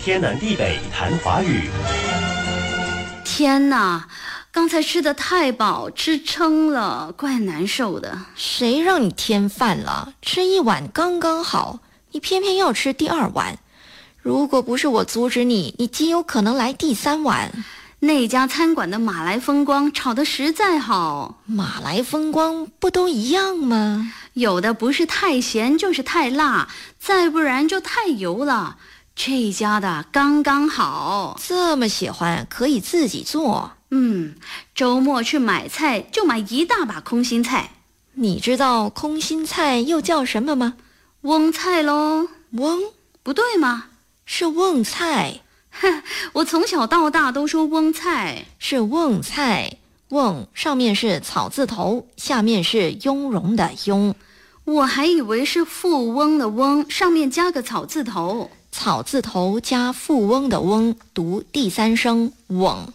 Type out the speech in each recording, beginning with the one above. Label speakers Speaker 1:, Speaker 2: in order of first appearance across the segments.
Speaker 1: 天南地北谈华语。
Speaker 2: 天哪，刚才吃的太饱，吃撑了，怪难受的。
Speaker 3: 谁让你添饭了？吃一碗刚刚好，你偏偏要吃第二碗。如果不是我阻止你，你极有可能来第三碗。
Speaker 2: 那家餐馆的马来风光炒得实在好，
Speaker 3: 马来风光不都一样吗？
Speaker 2: 有的不是太咸就是太辣，再不然就太油了。这家的刚刚好。
Speaker 3: 这么喜欢，可以自己做。
Speaker 2: 嗯，周末去买菜就买一大把空心菜，
Speaker 3: 你知道空心菜又叫什么吗？
Speaker 2: 翁菜喽，
Speaker 3: 翁
Speaker 2: 不对吗？
Speaker 3: 是瓮菜，
Speaker 2: 我从小到大都说翁菜。
Speaker 3: 是瓮菜。瓮上面是草字头，下面是雍容的雍。
Speaker 2: 我还以为是富翁的翁，上面加个草字头。
Speaker 3: 草字头加富翁的翁，读第三声翁。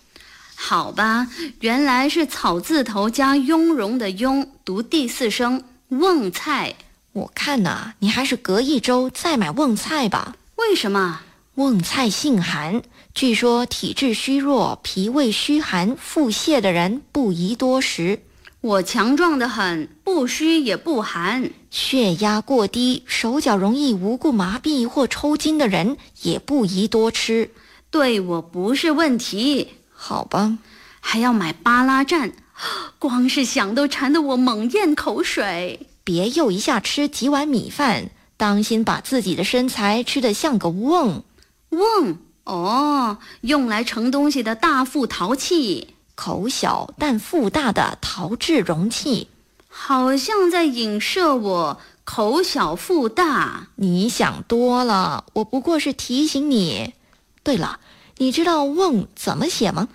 Speaker 2: 好吧，原来是草字头加雍容的雍，读第四声瓮菜。
Speaker 3: 我看呐、你还是隔一周再买瓮菜吧。
Speaker 2: 为什么？
Speaker 3: 瓮菜性寒，据说体质虚弱、脾胃虚寒、腹泻的人不宜多食。
Speaker 2: 我强壮得很，不虚也不寒。
Speaker 3: 血压过低、手脚容易无故麻痹或抽筋的人也不宜多吃。
Speaker 2: 对我不是问题，
Speaker 3: 好吧，
Speaker 2: 还要买巴拉蘸， 光是想都馋得我猛咽口水。
Speaker 3: 别又一下吃几碗米饭，当心把自己的身材吃得像个瓮。
Speaker 2: 瓮哦，用来盛东西的大腹陶器，
Speaker 3: 口小但腹大的陶制容器，
Speaker 2: 好像在影射我口小腹大。
Speaker 3: 你想多了，我不过是提醒你。对了，你知道“瓮”怎么写吗？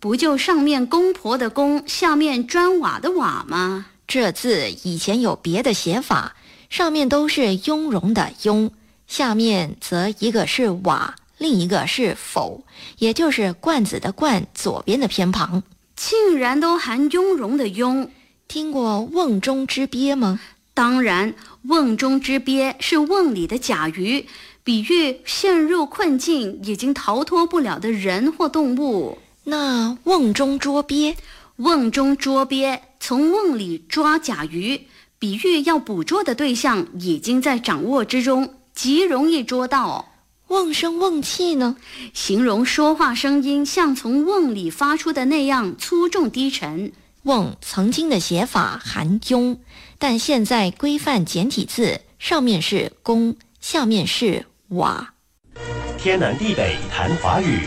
Speaker 2: 不就上面公婆的公，下面砖瓦的瓦吗？
Speaker 3: 这字以前有别的写法，上面都是雍容的雍，下面则一个是瓦，另一个是否，也就是罐子的罐左边的偏旁。
Speaker 2: 竟然都含雍容的雍。
Speaker 3: 听过“瓮中之鳖”吗？
Speaker 2: 当然，瓮中之鳖是瓮里的甲鱼，比喻陷入困境、已经逃脱不了的人或动物。
Speaker 3: 那“瓮中捉鳖
Speaker 2: 瓮中捉鳖，从瓮里抓甲鱼，比喻要捕捉的对象已经在掌握之中，极容易捉到。”，
Speaker 3: 瓮声瓮气呢？
Speaker 2: 形容说话声音像从瓮里发出的那样粗重低沉。
Speaker 3: 瓮曾经的写法含雍，但现在规范简体字，上面是公，下面是瓦。
Speaker 1: 天南地北谈华语。